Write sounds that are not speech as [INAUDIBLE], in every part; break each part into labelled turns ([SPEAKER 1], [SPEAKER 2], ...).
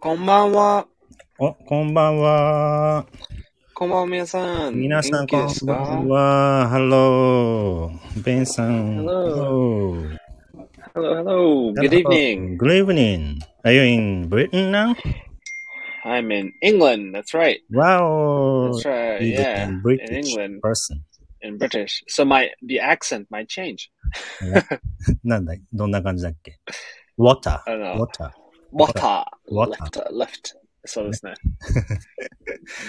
[SPEAKER 1] こんばんは。
[SPEAKER 2] お、こんばんは。
[SPEAKER 1] こんばんは、皆さん。
[SPEAKER 2] 皆さん、こ
[SPEAKER 1] 元気
[SPEAKER 2] ん
[SPEAKER 1] です
[SPEAKER 2] ばん
[SPEAKER 1] か
[SPEAKER 2] は。ハロー。ベンさん。
[SPEAKER 1] Hello.
[SPEAKER 2] Hello.
[SPEAKER 1] Hello, hello. Good evening.
[SPEAKER 2] Good evening. Are you in Britain now?
[SPEAKER 1] I'm in England. That's right.
[SPEAKER 2] Wow.
[SPEAKER 1] That's right.
[SPEAKER 2] You
[SPEAKER 1] Yeah.
[SPEAKER 2] became
[SPEAKER 1] In
[SPEAKER 2] British
[SPEAKER 1] England,
[SPEAKER 2] person.
[SPEAKER 1] in British. So my, the accent might change.
[SPEAKER 2] なんだいどんな感じだっけ ?water.
[SPEAKER 1] あの
[SPEAKER 2] water.
[SPEAKER 1] Water. Left,
[SPEAKER 2] Water.
[SPEAKER 1] uh, left. そうです
[SPEAKER 2] [LAUGHS]
[SPEAKER 1] ね。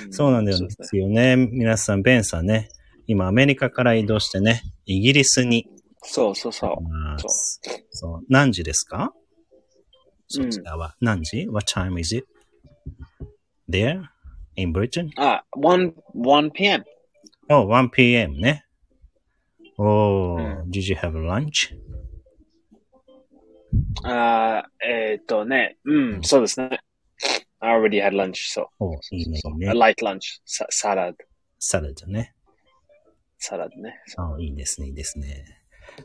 [SPEAKER 1] うん
[SPEAKER 2] そうなんだよ
[SPEAKER 1] そ
[SPEAKER 2] ね
[SPEAKER 1] うですね。
[SPEAKER 2] ですよね。皆さん、ベンさんね。今、アメリカから移動してね、イギリスに
[SPEAKER 1] そうそうそ。
[SPEAKER 2] いうます。そう。何時ですか
[SPEAKER 1] う
[SPEAKER 2] そ
[SPEAKER 1] ん
[SPEAKER 2] ちらは。何時 ?What time is it? There? In Britain?
[SPEAKER 1] あ、1, 1 p.m.
[SPEAKER 2] Oh, 1pm ね。Oh,
[SPEAKER 1] う
[SPEAKER 2] did you have lunch?
[SPEAKER 1] あーえーっとね。うん、そうですね。I already had lunch, so.
[SPEAKER 2] Oh, いいね、いい
[SPEAKER 1] A
[SPEAKER 2] ね。
[SPEAKER 1] light lunch. ササラダ。
[SPEAKER 2] サラダね。
[SPEAKER 1] サラダね。
[SPEAKER 2] あいいですね、いいですね。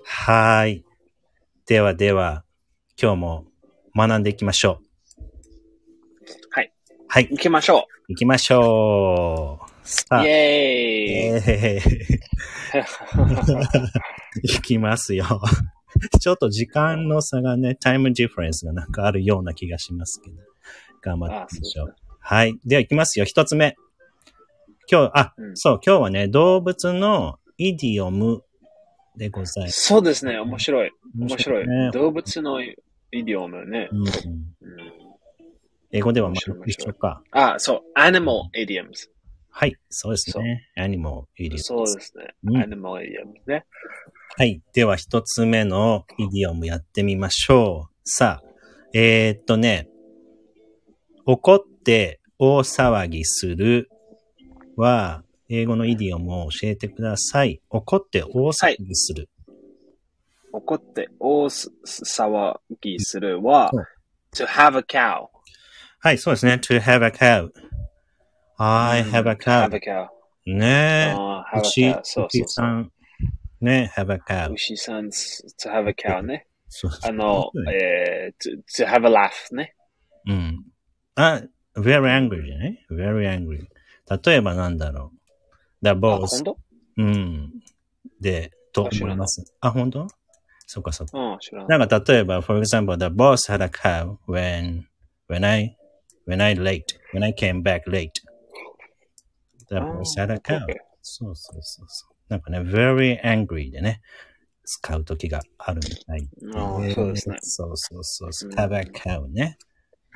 [SPEAKER 2] はーい。ではでは、今日も学んでいきましょう。
[SPEAKER 1] はい。
[SPEAKER 2] はい、
[SPEAKER 1] 行きましょ
[SPEAKER 2] 行きましょう。
[SPEAKER 1] う
[SPEAKER 2] さあ、
[SPEAKER 1] イ
[SPEAKER 2] え
[SPEAKER 1] エーイ
[SPEAKER 2] ー行きますよ。ちょっと時間の差がね、タイムディフェレンスがなんかあるような気がしますけど、頑張っていきましょ。
[SPEAKER 1] あそう
[SPEAKER 2] はい。では行きますよ。一つ目。今日、あ、
[SPEAKER 1] うん
[SPEAKER 2] そう、今日はね、動物のイディオムでございます。
[SPEAKER 1] そうですね、面白い。面
[SPEAKER 2] 面
[SPEAKER 1] 白い。
[SPEAKER 2] ね
[SPEAKER 1] 動物のイディオムね。
[SPEAKER 2] うん
[SPEAKER 1] うん
[SPEAKER 2] 英語では
[SPEAKER 1] 面
[SPEAKER 2] また
[SPEAKER 1] 白い面
[SPEAKER 2] 一
[SPEAKER 1] 白
[SPEAKER 2] 緒
[SPEAKER 1] い
[SPEAKER 2] か。
[SPEAKER 1] あ、そう、animal idioms。
[SPEAKER 2] はい、そうですね。アニモ、イディオ
[SPEAKER 1] そ
[SPEAKER 2] ム
[SPEAKER 1] う。ですね、
[SPEAKER 2] うん
[SPEAKER 1] animal idioms ね。
[SPEAKER 2] はい。では、一つ目のイディオムやってみましょう。さあ、えー、っとね、怒って大騒ぎするは、英語のイディオムを教えてください。怒って大騒ぎする。
[SPEAKER 1] 怒って大す騒ぎするは
[SPEAKER 2] うん、
[SPEAKER 1] to have a cow.
[SPEAKER 2] はい、そうですね。to have a cow. I
[SPEAKER 1] うん
[SPEAKER 2] have
[SPEAKER 1] Have
[SPEAKER 2] a
[SPEAKER 1] a
[SPEAKER 2] cow.
[SPEAKER 1] cow.
[SPEAKER 2] ね
[SPEAKER 1] あ
[SPEAKER 2] え。
[SPEAKER 1] ー have a
[SPEAKER 2] 牛
[SPEAKER 1] cow. そう、そ
[SPEAKER 2] 牛
[SPEAKER 1] うそ
[SPEAKER 2] さ
[SPEAKER 1] う。
[SPEAKER 2] ん。ね、have a cow.
[SPEAKER 1] 牛さん s- to have a cow ね。
[SPEAKER 2] そう
[SPEAKER 1] あの
[SPEAKER 2] う、ん
[SPEAKER 1] えー、to, to have a laugh ね。
[SPEAKER 2] うん。あ、very angry じゃない ?very angry. 例えばなんだろう。the
[SPEAKER 1] あ、
[SPEAKER 2] boss.
[SPEAKER 1] 今度
[SPEAKER 2] うん。で、と
[SPEAKER 1] あ知ら
[SPEAKER 2] 思
[SPEAKER 1] ない
[SPEAKER 2] います。あ、本当そっかそっか。
[SPEAKER 1] うん、知らない。
[SPEAKER 2] なんか例えば、for example, the boss had a cow when, when I, when I late, when I came back late. The
[SPEAKER 1] あー
[SPEAKER 2] boss had a cow.
[SPEAKER 1] Ah, okay
[SPEAKER 2] そうそうそうそう。なんかね、very angry でね、使う時があるみたいで
[SPEAKER 1] あーそうですね
[SPEAKER 2] そうそうそうそう。
[SPEAKER 1] うん
[SPEAKER 2] have a cow ね。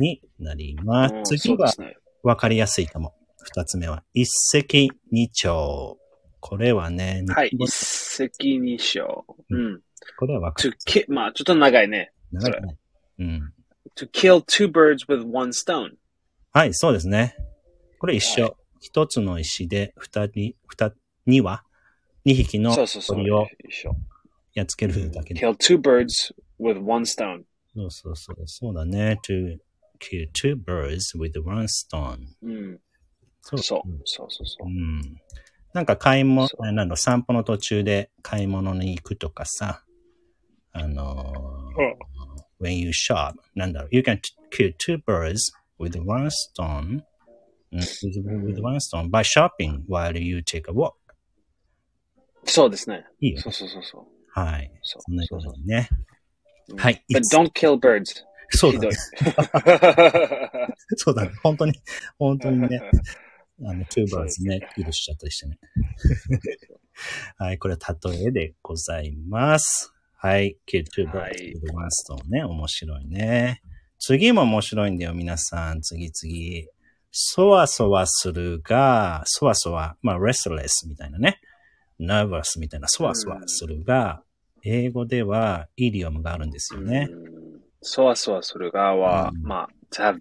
[SPEAKER 2] になりま
[SPEAKER 1] うん
[SPEAKER 2] す。
[SPEAKER 1] そ
[SPEAKER 2] 次
[SPEAKER 1] うで
[SPEAKER 2] は
[SPEAKER 1] すね。
[SPEAKER 2] わかりやすいかも。二つ目は、一石二鳥。これはね、
[SPEAKER 1] はい、
[SPEAKER 2] 日本
[SPEAKER 1] 一石二鳥。うん。
[SPEAKER 2] これはわか
[SPEAKER 1] to
[SPEAKER 2] る。
[SPEAKER 1] kill, まあちょっと長いね。
[SPEAKER 2] 長いかねうん。
[SPEAKER 1] to kill two birds with one stone.
[SPEAKER 2] はい、そうですね。これ一
[SPEAKER 1] は
[SPEAKER 2] 緒。一、つの石で二人、二、二羽二匹の
[SPEAKER 1] そうそうそう。
[SPEAKER 2] 鳥を
[SPEAKER 1] 一緒
[SPEAKER 2] やっつけるだけで。
[SPEAKER 1] kill two birds with one stone.
[SPEAKER 2] そうそうそう。そうだね。to kill two birds with one stone.
[SPEAKER 1] うん。
[SPEAKER 2] そ
[SPEAKER 1] そうそう
[SPEAKER 2] うん
[SPEAKER 1] そうそう。
[SPEAKER 2] うん。なんか買い物
[SPEAKER 1] そ、
[SPEAKER 2] あなんだ、散歩の途中で買い物に行くとかさ、あのー when you shop, なんだろう、you can kill two birds with one stone, うん with, with one stone by shopping while you take a walk.
[SPEAKER 1] そうですね。
[SPEAKER 2] いいよ
[SPEAKER 1] そ。うそうそうそう。
[SPEAKER 2] はい。
[SPEAKER 1] そ
[SPEAKER 2] そんな
[SPEAKER 1] うそ
[SPEAKER 2] こ
[SPEAKER 1] うそ
[SPEAKER 2] と
[SPEAKER 1] う。
[SPEAKER 2] にね。
[SPEAKER 1] うん
[SPEAKER 2] はい
[SPEAKER 1] But don't kill birds.
[SPEAKER 2] [LAUGHS] そう
[SPEAKER 1] ひ
[SPEAKER 2] だ
[SPEAKER 1] どい
[SPEAKER 2] ね。。そうだね。本当に、本当にね。あの、トゥーバーズね、許しちゃったりしてね。はい、これは例えでございます。はい、キルトゥーバ
[SPEAKER 1] は
[SPEAKER 2] ー
[SPEAKER 1] い
[SPEAKER 2] ズ、キルワンストンね、面白いね。次も面白いんだよ、皆さん。次々。そわそわするが、そわそわ、まあ、restless みたいなね。nervous みたいな、そわそわするが、英語ではイディオムがあるんですよね。
[SPEAKER 1] うんそわそわする側は、
[SPEAKER 2] うん
[SPEAKER 1] まあ、to have